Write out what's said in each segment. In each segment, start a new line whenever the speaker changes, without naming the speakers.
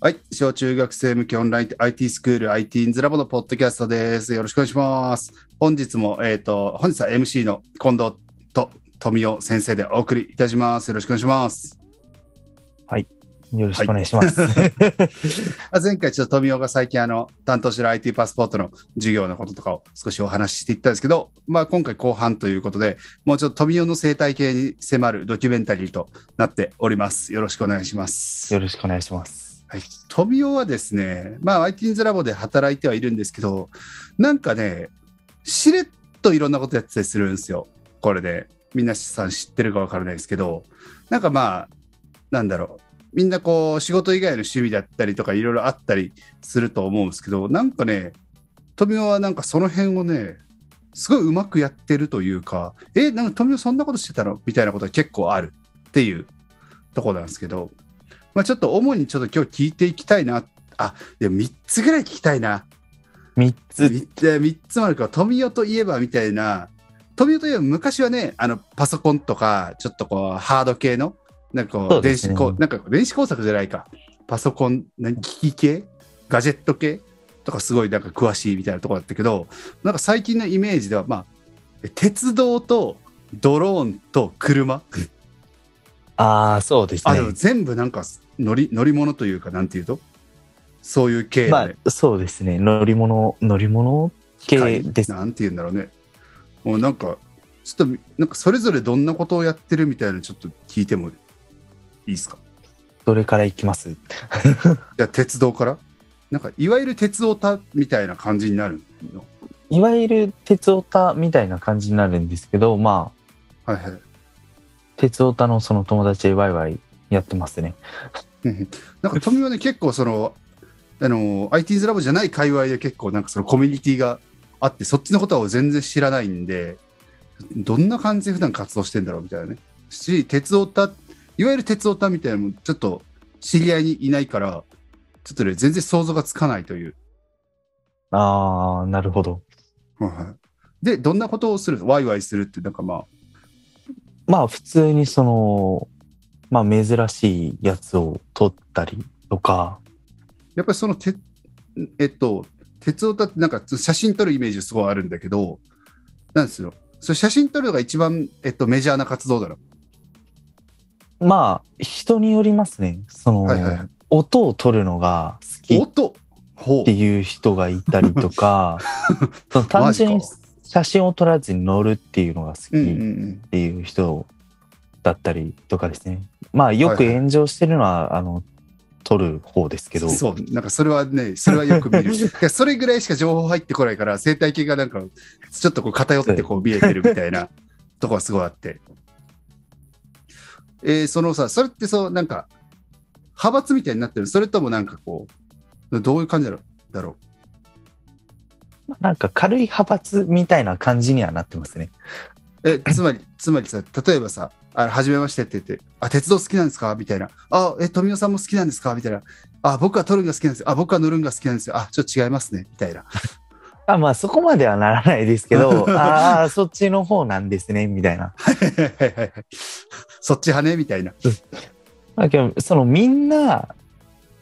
はい。小中学生向けオンライン IT スクール IT インズラボのポッドキャストです。よろしくお願いします。本日も、えっ、と、本日は MC の近藤と富尾先生でお送りいたします。よろしくお願いします。
よろしくお願い します。
あ前回ちょっと富尾が最近あの、担当してる IT パスポートの授業のこととかを少しお話ししていったんですけど、まあ今回後半ということで、もうちょっと富尾の生態系に迫るドキュメンタリーとなっております。よろしくお願いします。
よろしくお願いします。
はい、富雄はですね、まあ、IT インズラボで働いてはいるんですけど、なんかね、しれっといろんなことやってたりするんですよ、これで。みんなさん知ってるかわからないですけど、なんかまあ、なんだろう、みんなこう、仕事以外の趣味だったりとか、いろいろあったりすると思うんですけど、なんかね、富雄はなんかその辺をね、すごいうまくやってるというか、え、なんか富雄そんなことしてたのみたいなことが結構あるっていうところなんですけど、まあ、ちょっと主にちょっと今日聞いていきたいな。あ、でも3つぐらい聞きたいな。
三つ。
3, つもあるから、富代といえばみたいな。富代といえば昔はね、あの、パソコンとか、ちょっとこう、ハード系の、なんかこ、
そううで
電子
すね
工、なんか電子工作じゃないか。パソコン、何機器系ガジェット系とかすごいなんか詳しいみたいなところだったけど、なんか最近のイメージでは、まあ、鉄道とドローンと車。
ああ、そうです
あ、
ね
でも。全部なんか乗り乗り物というか、なんていうと、そういう系
ま
で、
あ、そうですね。乗り物、乗り物系です。
なんていうんだろうね。もうなんか、ちょっと、なんかそれぞれどんなことをやってるみたいなのちょっと聞いてもいいですか
どれから行きます
じゃあ鉄道からなんか、いわゆる鉄オタみたいな感じになるの。
いわゆる鉄オタみたいな感じになるんですけど、まあ、
はいはい。
鉄オタのその友達でワイワイやってますね。
なんか富はね、結構その、あの、IT ズラボじゃない界隈で結構なんかそのコミュニティがあって、そっちのことは全然知らないんで、どんな感じで普段活動してんだろうみたいなね。し、鉄オタ、いわゆる鉄オタみたいなのもちょっと知り合いにいないから、ちょっとね、全然想像がつかないという。
ああ、なるほど。
で、どんなことをするワイワイするって、なんかまあ、
まあ、普通にその、まあ、珍しいやつを取ったりとか、
やっぱりそのて、えっと、鉄オタってなんか写真撮るイメージすごいあるんだけど、なんですよ。それ写真撮るのが一番、えっと、メジャーな活動だろ。
まあ、人によりますね。その、
はいはいは
音を取るのが好き
おっとほ
って
う。
いう人がいたり とかその単
マジか
純に写真を撮らずに乗るっていうのが好き
うんうんう
っ
ん。
ていう人だったりとかですね、まあよ
は
く
いはい
炎上してるのは、あの撮る方ですけど
そう、なんかそれはね、それはよく見る。 いやそれぐらいしか情報入ってこないから、生態系がなんか、ちょっとこう偏ってこう見えてるみたいな とこがすごいあって。えーそのさ、それってそう、なんか、派閥みたいになってるそれともなんかこう、どういう感じだろうだろう
なんか軽い派閥みたいな感じにはなってますね
え、つまり、つまりさ、例えばさ、あ、はじめましてって言って、あ、鉄道好きなんですかみたいな。あ、え、富代さんも好きなんですかみたいな。あ、僕は撮るんが好きなんですよ。あ、僕は乗るんが好きなんですよ。あ、ちょっと違いますね。みたいな。
あまあそこまではならないですけどああそっちの方なんですねみたいな、
そっち派ねみたいな。
まあ、けどそのみんな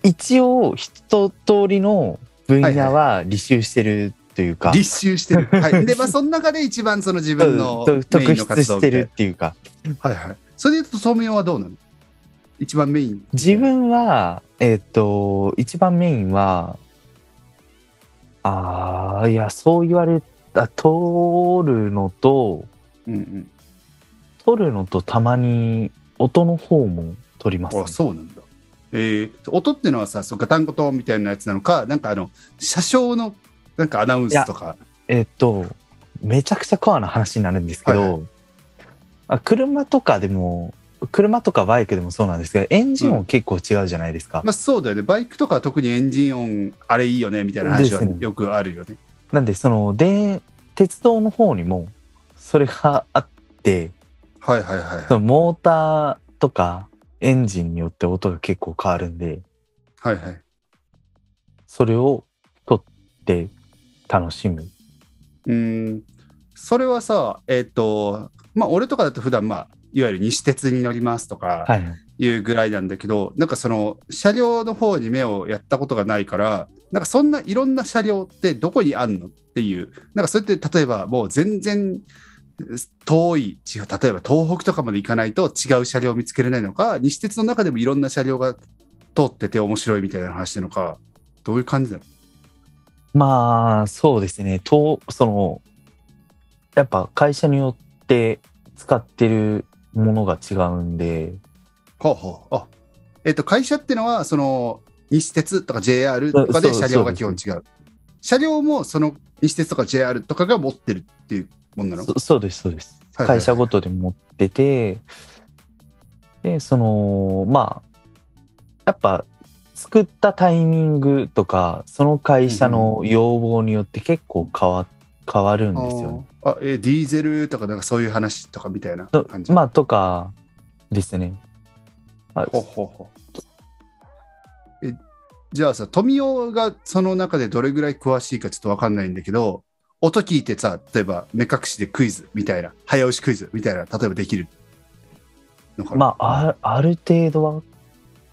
一応一通りの分野は履修してるというか、
立秋してる。はい。で、まあ、その中で一番その自分の
と
メイ
特
ンの活動
筆し
みた
て
いな
るっていうか
はいはい。それで言うと、豆苗はどうなの一番メイン。
自分はえっ、と一番メインはああいやそう言われた取るのと
うんうん。
取るのとたまに音の方も取りますね、
あ、そうなんだ。えー、音ってのはさ、そうガタンゴトンみたいなやつなのか、なんかあの、車掌の、なんかアナウンスとか。
えっ、とめちゃくちゃコアな話になるんですけど、
はいは
あ車とかでも車とかバイクでもそうなんですけどエンジン音結構違うじゃないですか、
まあ、そうだよね、バイクとかは特にエンジン音、あれいいよねみたいな話は
ですね
よくあるよね。
なんでそので鉄道の方にもそれがあって
はいはいはい
そのモーターとかエンジンによって音が結構変わるんで、
はいはい。
それを撮って楽しむ。
うーん、それはさ、えっ、と、まあ、俺とかだと普段まあいわゆる西鉄に乗りますとか、
はい。
いうぐらいなんだけど、なんかその車両の方に目をやったことがないから、なんかそんないろんな車両ってどこにあんのっていう、なんかそれって例えばもう全然遠い違う例えば東北とかまで行かないと違う車両を見つけれないのか、西鉄の中でもいろんな車両が通ってて面白いみたいな話なのか、どういう感じなの
まあそうですねとそのやっぱ会社によって使ってるものが違うんで
ほうほうあえっと会社ってのはその西鉄とか JR とかで
そう
車両が基本違う車両もその西鉄とか JR とかが持ってるっていうもんなの
そそうですそうです
はいはい
会社ごとで持っててでそのまあやっぱ作ったタイミングとかその会社の要望によって結構変わ変わるんですよね。
あーあえディーゼルとかなんかそういう話とかみたいな
と
感じ
まあとかですね。あ
ほうほうほうえじゃあさ富雄がその中でどれぐらい詳しいかちょっと分かんないんだけど音聞いてさ例えば目隠しでクイズみたいな早押しクイズみたいな例えばできるのかな、
まああある程度は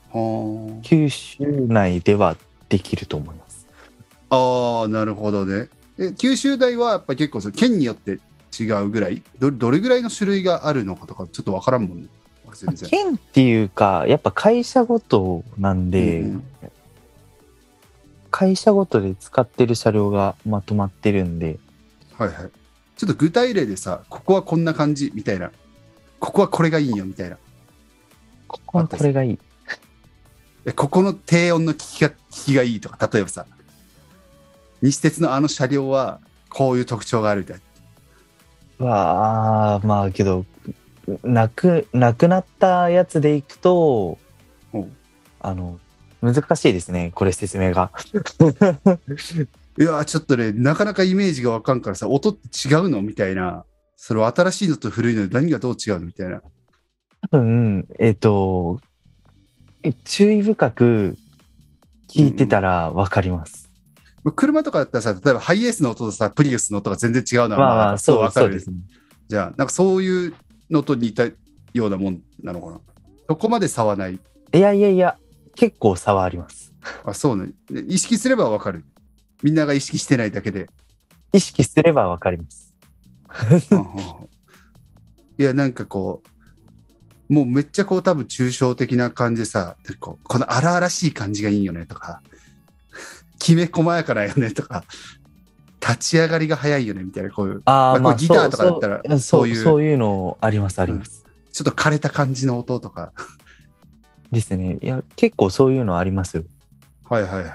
ほー
九州内ではできると思います。
ああ、なるほどね。え九州大はやっぱ結構その県によって違うぐらいど、どれぐらいの種類があるのかとか、ちょっとわからんもんね。俺全然。
県っていうかやっぱ会社ごとなんで、
うんうん
会社ごとで使ってる車両がまとまってるんで
はいはい。ちょっと具体例でさ、ここはこんな感じみたいな、ここはこれがいいよみたいな、
ここはこれがいい。
えここの低音の聞きが聞きがいいとか、例えばさ、西鉄のあの車両はこういう特徴があるみたいな。
わあまあけどなくなくなったやつでいくと
うん
あの難しいですねこれ説明が。
いやーちょっとね、なかなかイメージがわかんからさ、音って違うのみたいな。それ新しいのと古いので何がどう違うのみたいな。
多分えっ、とえ注意深く聞いてたらわかります。
車とかだったらさ、例えばハイエースの音とさ、プリウスの音が全然違うのは、
まあまあそう
わ
そうですね。
じゃあ、なんかそういうのと似たようなもんなのかな。そこまで差はない。
いやいやいや結構差はあります。
あ、そうね。で意識すればわかる。みんなが意識してないだけ で。
意識すればわかります。
うんうんうんいや、なんかこう、もうめっちゃこう多分抽象的な感じでさ、なんかこうこの荒々しい感じがいいよねとか、きめ細やかだよねとか、立ち上がりが早いよねみたいな、こういう、
あ
まあ
あま
こ
あ
れギターとかだったら
そう
そ
そうう
いう
そういうのありますあります。
ちょっと枯れた感じの音とか、
ですね。いや結構そういうのありますよ。
はいはいはい。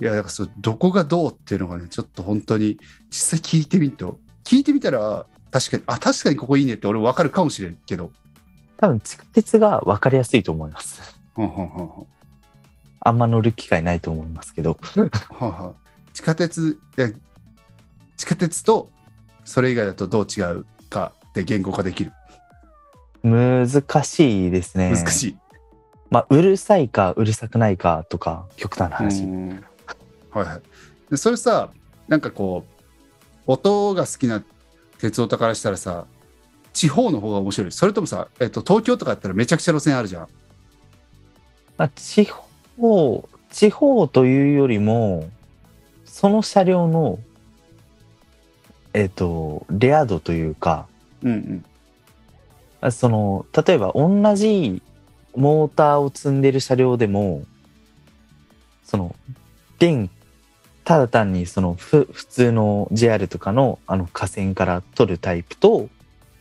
いや、だからそうどこがどうっていうのがね、ちょっと本当に、実際聞いてみると、聞いてみたら、確かに、あ、確かにここいいねって俺分かるかもしれんけど。
多分地下鉄がわかりやすいと思います。
はんはんはんはんは
あんま乗る機会ないと思いますけど。
んはん地下鉄、いや、地下鉄と、それ以外だとどう違うかって言語化できる。
難しいですね。
難
い。
しい。
まあ、うるさいかうるさくないかとか、極端な話。
うんはいはい。でそれさ、なんかこう、音が好きな鉄オタからしたらさ、地方の方が面白い。それともさ、えっと、東京とかだったらめちゃくちゃ路線あるじゃん。
まあ、地方、地方というよりも、その車両の、えっ、と、レア度というか、
うんうん。
あその、例えば同じモーターを積んでる車両でも、その、電、ただ単にその、ふ、普通の JR とかのあの架線から取るタイプと、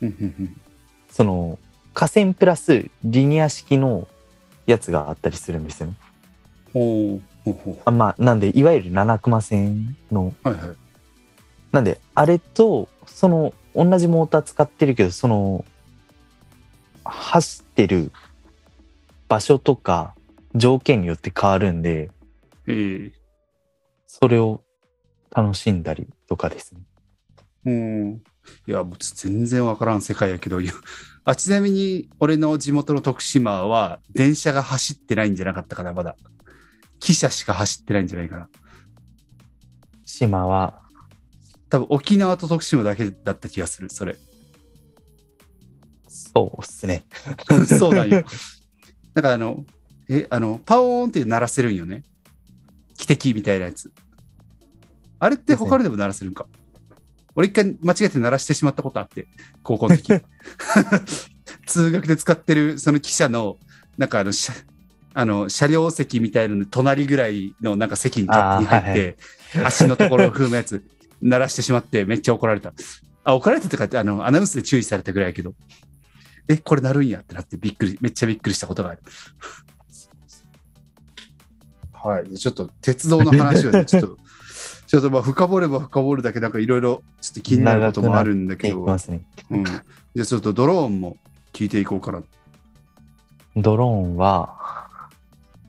うんうんうん
その、架線プラスリニア式のやつがあったりするんですよね。
ほうほうほ
あまあ、なんで、いわゆる七熊線の、
う。はいはい。
なんで、あれと、その、同じモーター使ってるけど、その、走ってる場所とか条件によって変わるんで、
え
それを楽しんだりとかですね。
えうん。いや、もう全然わからん世界やけど、いやあ、ちなみに、俺の地元の徳島は、電車が走ってないんじゃなかったかな、まだ。汽車しか走ってないんじゃないかな。
島は、
多分、沖縄と徳島だけだった気がする、それ。
そうっすね。
そうなんよ。だからあの、え、あの、パオーンって鳴らせるんよね。汽笛みたいなやつ。あれって他でも鳴らせるんか。俺一回間違えて鳴らしてしまったことあって、高校の 時。通学で使ってるその汽車の、なんかあの、車あの車両席みたいなのの隣ぐらいのなんか席に勝手に入って、
あーはい
足のところを踏むやつ、鳴らしてしまってめっちゃ怒られた。あ、怒られたとかって、あの、アナウンスで注意されたぐらいやけど、え、これ鳴るんやってなってびっくり、めっちゃびっくりしたことがある。 はい。ちょっと鉄道の話を ね、ちょっと、ちょっとまあ深掘れば深掘るだけなんかいろいろちょっと気になることもあるんだ
て
け
いき
ど、
ますね。
うん。じゃあちょっとドローンも聞いていこうかな。
ドローンは、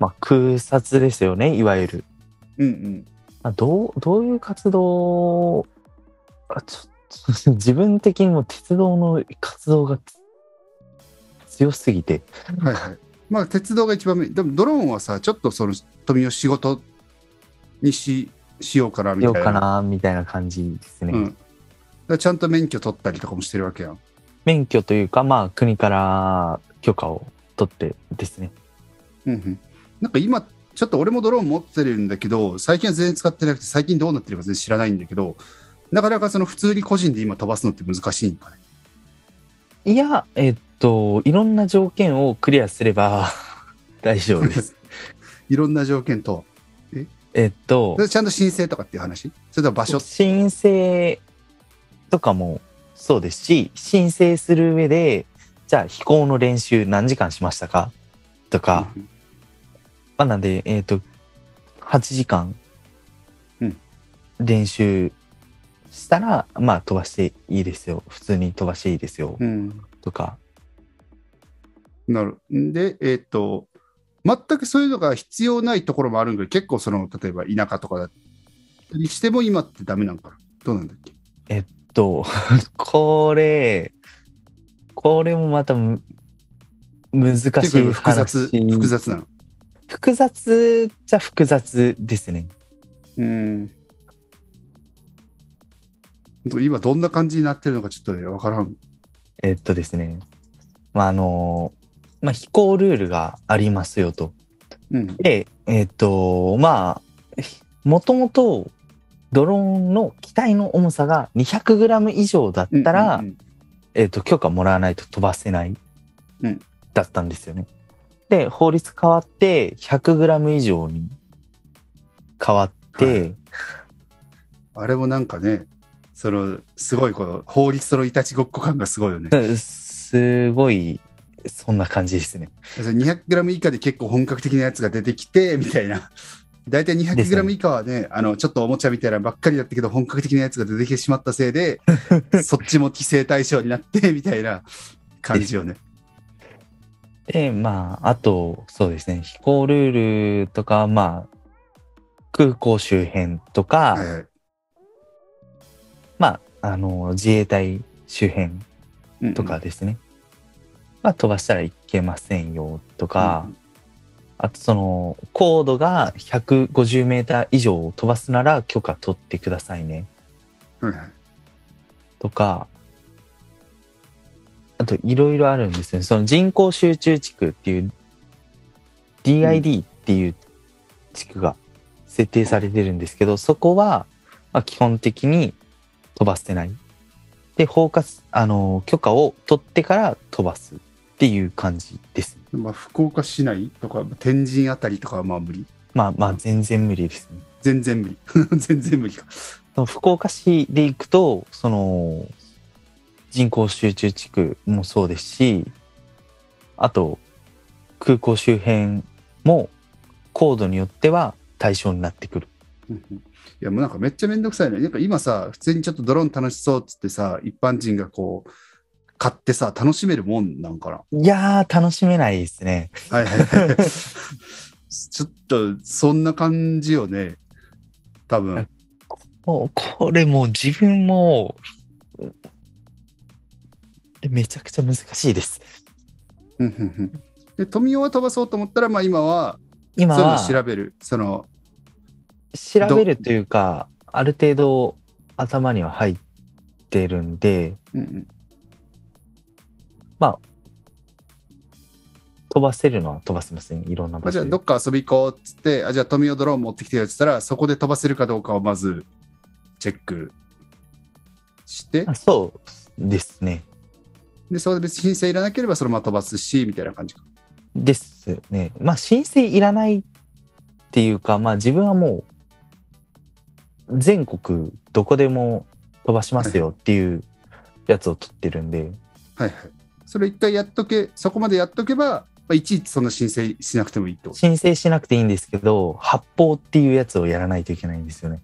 まあ、空撮ですよね、いわゆる。
うんうん。
まあ、どう、どういう活動あ、ちょ っと、自分的にも鉄道の活動がつ強すぎて。
はいはい。まあ鉄道が一番目、でもドローンはさ、ちょっとその富を仕事にししようかなみた
よ
いうな。
かなみたいな感じですね、
うん。だからちゃんと免許取ったりとかもしてるわけやん。
免許というかまあ国から許可を取ってですね
うんうん、なんか今、ちょっと俺もドローン持ってるんだけど、最近は全然使ってなくて、最近どうなってるか全然知らないんだけど、なかなかその普通に個人で今飛ばすのって難しいんかね。
いやえっといろんな条件をクリアす れば大丈夫です
いろんな条件と、
えっと
それちゃんと申請とかっていう話それとも場所
申請とかもそうですし申請する上でじゃあ飛行の練習何時間しましたかとか、
うん
まあ、なんでえっと8時間
うん
練習したら、まあ飛ばしていいですよ普通に飛ばしていいですよ、
うん。
とか
なる。んで、えーっと、全くそういうのが必要ないところもあるんだけど、結構その、例えば田舎とかだったりしても今ってダメなんかな。どうなんだっけ
と これこれもまたむ難しい
結構複雑、
話
複雑なの。
複雑じゃ複雑ですね
うん。今どんな感じになってるのかちょっとね、わからん。
えっとですね、まあ、あの、まあ、飛行ルールがありますよと。
うん。
で、えっと、まあ、もともとドローンの機体の重さが 200g 以上だったら、
うんうん
えっと、許可もらわないと飛ばせない、
うん
だったんですよね。で、法律変わって 100g 以上に変わって、
うんあれもなんかね、その、すごいこの法律とのいたちごっこ感がすごいよね。
うんすごい、そんな感じですね。
200g 以下で結構本格的なやつが出てきて、みたいな。大体
ですよ
200g
ね
以下はね、あの、ちょっとおもちゃみたいなのばっかりだったけど、本格的なやつが出てきてしまったせい で、そっちも規制対象になって、みたいな感じよね。
で、まあ、あと、そうですね、飛行ルールとか、まあ、空港周辺とか、
はいはい。
まあ、あの、自衛隊周辺
うんうん
とかですね。まあ、飛ばしたらいけませんよとか、
うん
あと、その、高度が150メーター以上を飛ばすなら許可取ってくださいね
うんはいはい
とか、あと、いろいろあるんですよね。その人口集中地区っていう、DID っていう地区が設定されてるんですけど、そこは、まあ、基本的に飛ばせない。で、包括、あの、許可を取ってから飛ばすっていう感じです。
まあ、福岡市内とか天神あたりとかはまあ無理
まあまあ、全然無理ですね。
全然無理 全然無理か
その福岡市で行くと、その、人口集中地区もそうですし、あと、空港周辺も、高度によっては対象になってくる。
うんうんいやもうなんかめっちゃめんどくさいねなんか今さ普通にちょっとドローン楽しそうっつってさ一般人がこう買ってさ楽しめるもんなんかない
やー、楽しめないですね。
はいはいはいちょっとそんな感じよね多分
もう、これもう自分も、めちゃくちゃ難しいです。
うんうんうんで富雄は飛ばそうと思ったらまあ今は
今
そういうの
は、
調べるその
調べるというか、ある程度頭には入ってるんで、
うんうん
飛ばせるのは飛ばせますね。いろんな
ま
場
あ、じゃ
所
あ
で
どっか遊び行こうっつってあじゃあ富雄ドローン持ってきてよっつったらそこで飛ばせるかどうかをまずチェックして
あそうですね。
でそれで別に申請いらなければそのまま飛ばすしみたいな感じか
ですね。まあ申請いらないっていうか、まあ自分はもう全国どこでも飛ばしますよっていうやつを取ってるんで、
はいはいそれ一回やっとけそこまでやっとけば、まあ、いちいちそんな申請しなくてもいいってこと
申請しなくていいんですけど、発砲っていうやつをやらないといけないんですよね。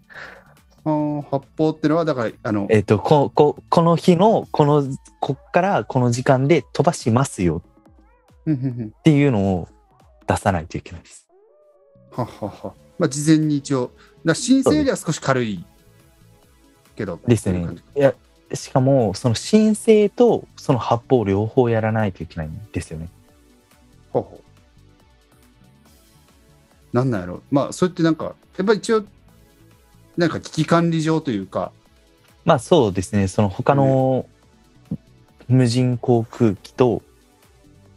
あー発砲ってのはだからあの
えっと、こ、こ、この日の、この、こっからこの時間で飛ばしますよ
うんうんうん
っていうのを出さないといけないです。
はははまあ事前に一応だから申請よりは少し軽いけど
です
っていう
ね
感じ。
いや、しかも、その申請とその発砲両方やらないといけないんですよね。
ほうほうなんなんやろまあそれってなんかやっぱり一応なんか危機管理上というか
まあそうですね、その他の無人航空機と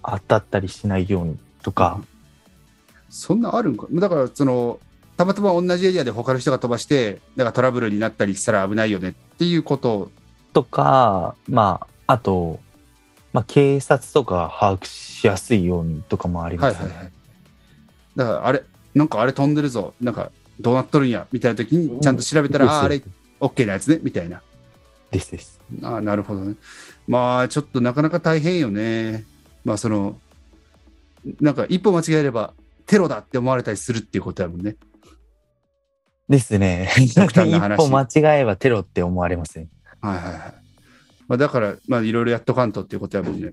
当たったりしないようにとか、
そんなあるんかだからそのたまたま同じエリアで他の人が飛ばしてなんかトラブルになったりしたら危ないよねっていうこと
とか、まあ、あと、まあ警察とか把握しやすいようにとかもあり
をは
ま
い
す
は
ね。
いはいだからあれなんかあれ飛んでるぞなんかどうなっとるんやみたいな時にちゃんと調べたら、
です
あああれ OK なやつねみたいな
ですです。
ああなるほどねまあちょっとなかなか大変よねまあそのなんか一歩間違えればテロだって思われたりするっていうことやもんね
ですね。
極端な話
一歩間違えばテロって思われますね。
はいはいはい、まあ、だからまあいろいろやっとかんとっていうことやもんね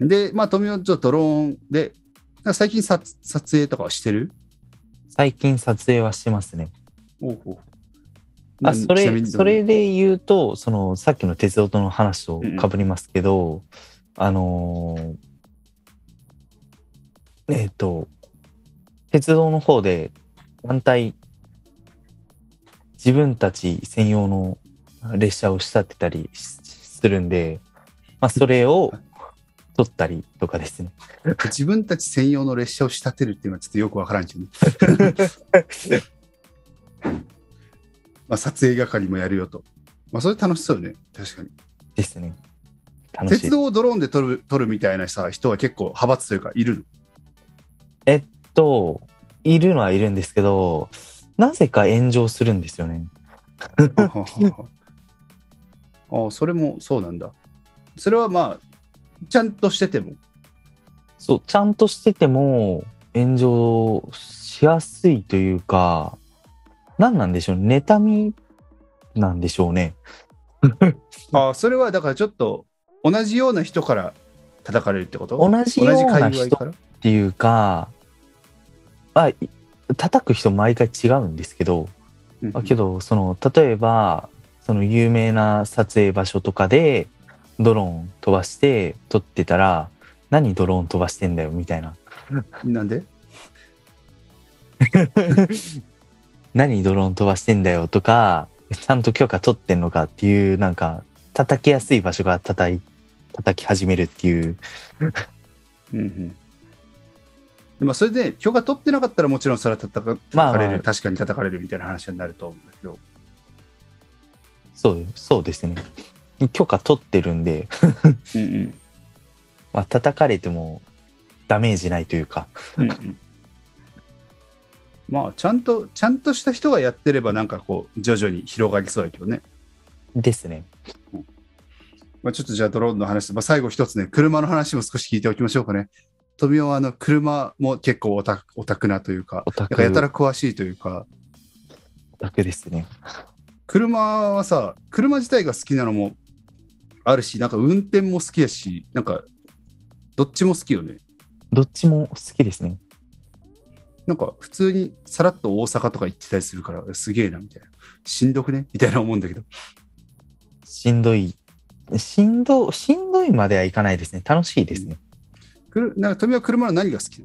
でまあ富美ちょっとドローンでなんか最近さ撮影とかはしてる
最近撮影はしてますね。
おうおう
あそ
ちなみ
れ
に
それで言うとそのさっきの鉄道との話とかぶりますけど、あのーえっ、と鉄道の方で団体自分たち専用の列車を仕立てたりしするんで、まあ、それを撮ったりと かですね。
自分たち専用の列車を仕立てるっていうのはちょっとよくわからんけどねまあ撮影係もやるよと、まあ、それ楽しそうよね確かに
ですね。楽し
鉄
い。
道をドローンで撮る撮るみたいなさ人は結構派閥というかいる
えっと、いるのはいるんですけど、なぜか炎上するんですよね。
のああそれもそうなんだそれはまあちゃんとしてても
そう、ちゃんとしてても炎上しやすいというか、何なんでしょう妬みなんでしょうね。
ああそれはだからちょっと同じような人から叩かれるってこと
同じような人
同じ界隈から
っていうか、まあ、い叩く人毎回違うんですけど、
うん
まあけど、その、例えば、その有名な撮影場所とかで、ドローン飛ばして撮ってたら、何ドローン飛ばしてんだよ、みたいな。
なんで
何ドローン飛ばしてんだよとか、ちゃんと許可取ってんのかっていう、なんか、叩きやすい場所が叩い、叩き始めるっていう。
うんうんでまあ、それで許可取ってなかったらもちろんそれは叩か叩
まあまあ
かれる、確かに叩かれるみたいな話になると思うんだけど
そう、そうですね。許可取ってるんで、
うんうん
まあ、叩かれてもダメージないというか。
うんうんまあちゃんとちゃんとした人がやってればなんかこう徐々に広がりそうだけどね、
ですね。
まあ、ちょっとじゃあドローンの話、まあ、最後一つね車の話も少し聞いておきましょうかね富雄はあの車も結構オタクオタクなというか
オタ
なんかやた
ク、
ら詳しいというか
オタクですね。
車はさ車自体が好きなのもあるしなんか運転も好きやしなんかどっちも好きよね
どっちも好きですね。
なんか普通にさらっと大阪とか行ってたりするからすげえなみたいなしんどくねみたいな思うんだけど
しんどい。しんど、しんどいまではいかないですね。楽しいですね。
くるなんか富は車の何が好き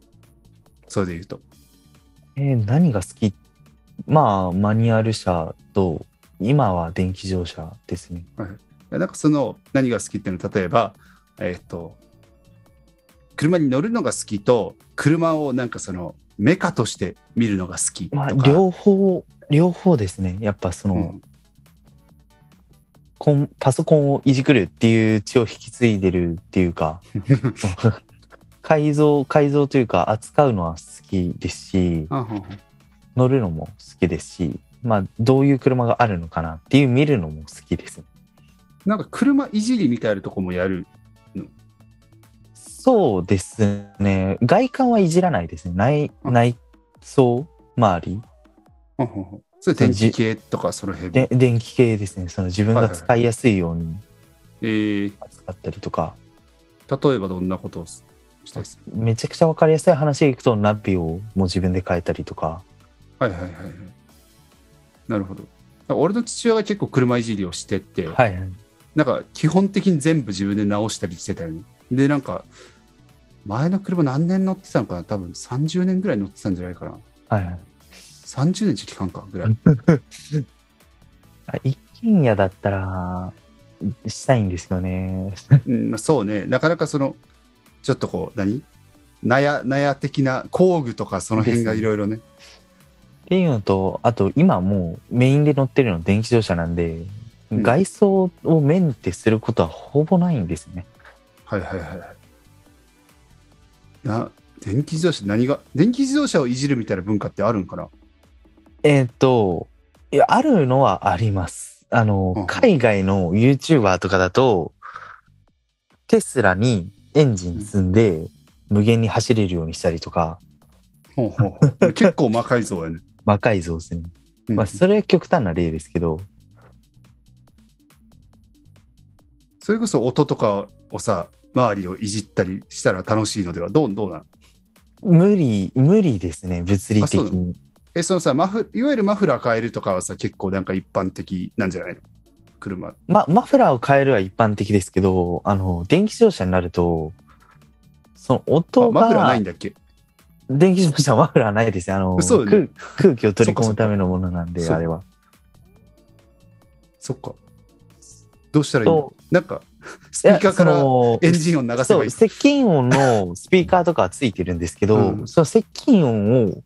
それで言うと
えー何が好きまあ、マニュアル車と、今は電気自動車ですね。
なんかその何が好きっていうのは例えばえっ、と車に乗るのが好きと、車をなんかその、メカとして見るのが好きと
まあ、
か。
両方、両方ですね。やっぱその、
うん
コンパソコンをいじくるっていう血を引き継いでるってい うか改造改造というか扱うのは好きですし
あはは
乗るのも好きですしまあどういう車があるのかなっていう見るのも好きです
なんか車いじりみたいなとこもやる。
そうですね外観はいじらないですね内
あ
内装周り
はははそれ電池系とかその辺。
で電気系ですねその自分が使いやすいように
えー
扱ったりとか
例えばどんなことをしたいですか
めちゃくちゃ分かりやすい話でいくとナビをもう自分で変えたりとか
はいはいはいはい。なるほど。俺の父親が結構車いじりをしてって、
はいはい
なんか基本的に全部自分で直したりしてたよね。で、なんか、前の車何年乗ってたのかな多分30年ぐらい乗ってたんじゃないかな。
はいはい
30年じゃ期間かぐらい。
あ一軒家だったらしたいんですよね。
うん、そうね。なかなかその、ちょっとこう、何納屋、納屋的な工具とかその辺がいろいろね。
っていうのとあと今もうメインで乗ってるの電気自動車なんで、
うん
外装をメンテすることはほぼないんですね。
はいはいはいはい。な、電気自動車何が、電気自動車をいじるみたいな文化ってあるんかな
えっ、といやあるのはあります。あの、
うん
海外の YouTuber とかだとテスラにエンジン積んで無限に走れるようにしたりとか
ほうほうほう 結構魔改造やね。
魔改造ですね。
うん
まあそれは極端な例ですけど、
それこそ音とかをさ、周りをいじったりしたら楽しいのではどうどうなん
無理無理ですね物理
あ
的
そうなの
に。
え、そのさ、マフ、いわゆるマフラー変えるとかはさ、結構なんか一般的なんじゃないの車。
ま、マフラーを変えるは一般的ですけど、あの、電気自動車になると、その
あ
音
マフラーな
が
いん、だっけ
電気自動車はマフラーないですね。あの、
そうよね
空空気を取り
そっ
込む
かそっか
ためのものなんで、
そう
あれは。
そっか。どうしたらいいの
と、
なんか、ス
い
ピ
や
ーカーから
その
エンジン音流せ
そ、
ばいうい。
接近音のスピーカーとかはついてるんですけど、
うん
その接近音を、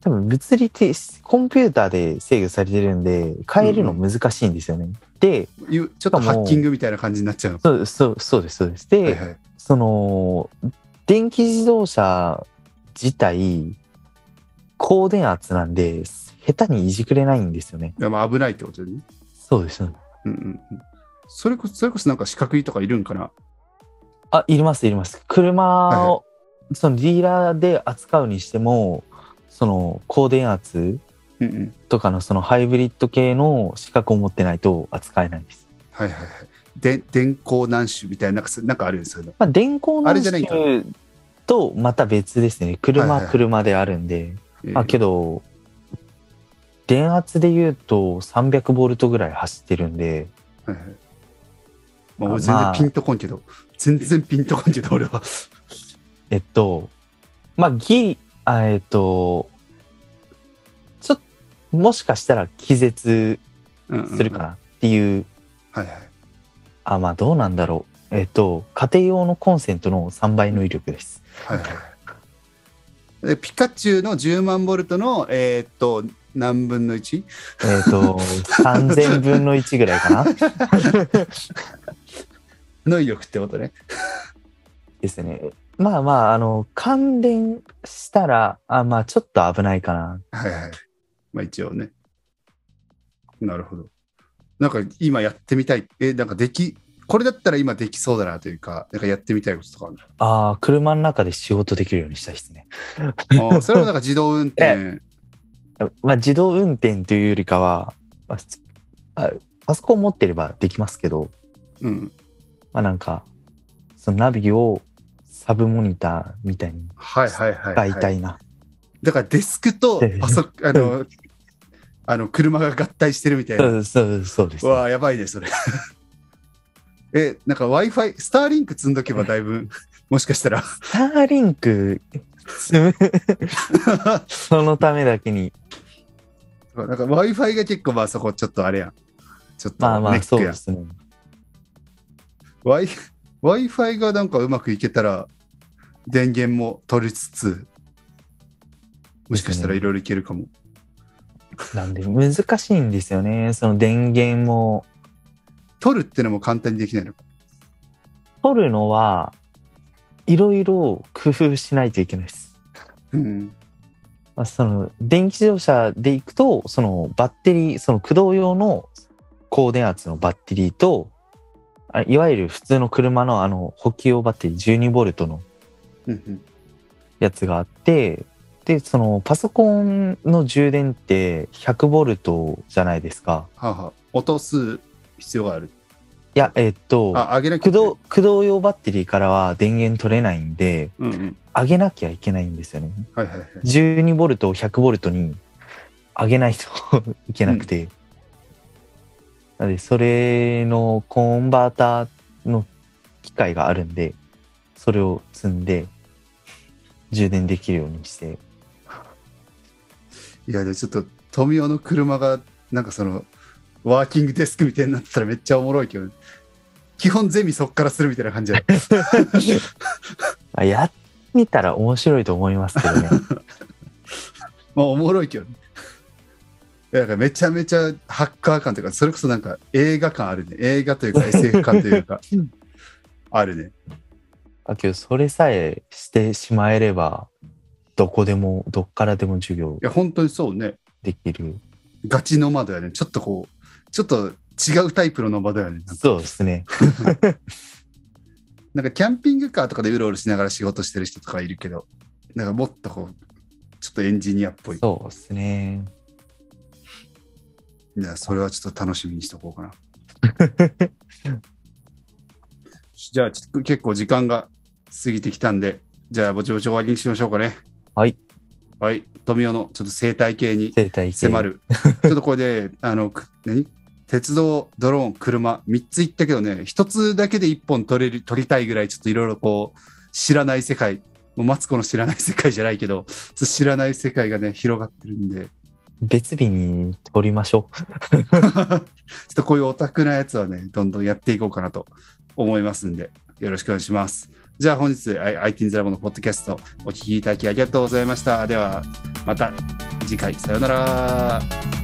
多分物理的、コンピューターで制御されてるんで、変えるの難しいんですよね。で、
いうちょっとハッキングみたいな感じになっちゃうの。
そう、そう、そうです、そうです。で、
はいはい。
その電気自動車自体高電圧なんで下手にいじくれないんですよね
いやまあ危ないってことでね。
そうですね
うんうんうん。それこそ、それこそなんか資格いいとかいるんかな
あいりますいります車を、そのディーラーで扱うにしてもその高電圧
うんうん。
とかのそのハイブリッド系の資格を持ってないと扱えないです、
はいはいはい。で、電光難種みたいな、なんかそう、なんかあるんですよね。
まあ、電光
あ
の
れじゃないんか
とまた別ですね車
はい
は
はい
車であるんで、
えー
あけど電圧で言うと300ボルトぐらい走ってるんで
はいはい。まあ、
あ
俺全
ま
然
あ
ピンとこんけど、全然ピンとこんけど、俺は。
えっとまあギリあえっとちょっともしかしたら気絶
うんうん
するかなっていう、
はいはい。
あまあどうなんだろうえっと家庭用のコンセントの3倍の威力です
はいはい。で、ピカチュウの10万ボルトの、えーっと、何分の 1?
えっと 3000分の1ぐらいかな
の威力ってことね。
ですねまあまああの関連したらあまあちょっと危ないかな
はいはい。まあ一応ね。なるほど。なんか今やってみたい。え、なんかでき、これだったら今できそうだなというか、なんかやってみたいこととかある
ああ車の中で仕事できるようにしたいですね
のあーそれもなんか自動運 転。
まあ、自動運転というよりかは、まあ普通あ、パソコン持ってればできますけど、
うん。
まあ、なんかそのナビをサブモニターみたいに
はいはいはい、はい。
大体な、
だからデスクと
ええ
パソコンあの、あの車が合体してるみたいな。
そうそうそうです、
うわあ、やばいね、それ。 え、なんか Wi-Fi、スターリンク積んどけばだいぶ、もしかしたら。
スターリンクそのためだけに
なんか Wi-Fi が結構、まあそこちょっとあれやん。ちょっと
まあま
ネ
あそ
ッ
う
クや
で
ん。
すね
Wi- Wi-Fi がなんかうまくいけたら、電源も取りつつ、もしかしたらいろいろいけるかも。
なんで難しいんですよね。その電源も
取るってのも簡単にできないのか。
取るのはいろいろ工夫しないといけないです。
うん。
まあ、その電気自動車で行くとそのバッテリーその駆動用の高電圧のバッテリーとあいわゆる普通の車のあの補給用バッテリー12ボルトの
うんうん
やつがあってでそのパソコンの充電って100ボルトじゃないですか
はあはあ落とす必要がある。
いやえっと
あ、上げなきゃいけ
駆
ない
動駆動用バッテリーからは電源取れないんで
うんうん。
上げなきゃいけないんですよね
はいはいはい。
12ボルトを100ボルトに上げないといけなくて、なのでそれのコンバーターの機械があるんでそれを積んで充電できるようにして
いや、でもちょっと、富雄の車が、なんかその、ワーキングデスクみたいになってたらめっちゃおもろいけど、基本ゼミそっからするみたいな感じだよ
あやってみたら面白いと思いますけど ね
まあ、おもろいけどね。いやなんかめちゃめちゃハッカー感というか、それこそなんか映画感あるね。映画と いうか SF 感というか
うん、
あるね。
あけどそれさえしてしまえればどこでもどっからでも授業
いや、本当にそうね。
できる
ガチの窓やね。ちょっとこう、ちょっと違うタイプの窓やね。
そうですね
なんかキャンピングカーとかでうろうろしながら仕事してる人とかいるけど、なんかもっとこう、ちょっとエンジニアっぽい。
そうですね
いや、それはちょっと楽しみにしとこうか な。じゃあ、ちょっと結構時間が過ぎてきたんで、じゃあ、ぼちぼち終わりにしましょうかね。
はい。
はい。富雄のちょっと生態系に
生態系
迫る。ちょっとこれで、あの、く何鉄道、ドローン、車、3つ行ったけどね、1つだけで1本取れる、取りたいぐらい、ちょっといろいろこう、知らない世界、もうマツコの知らない世界じゃないけど、そう知らない世界がね、広がってるんで、
別日に撮りましょ
ちょっとこういうオタクなやつはね、どんどんやっていこうかなと思いますんで、よろしくお願いします。じゃあ本日、あい IT ンズラボのポッドキャスト、お聞きいただきありがとうございました。では、また次回、さようなら。
う。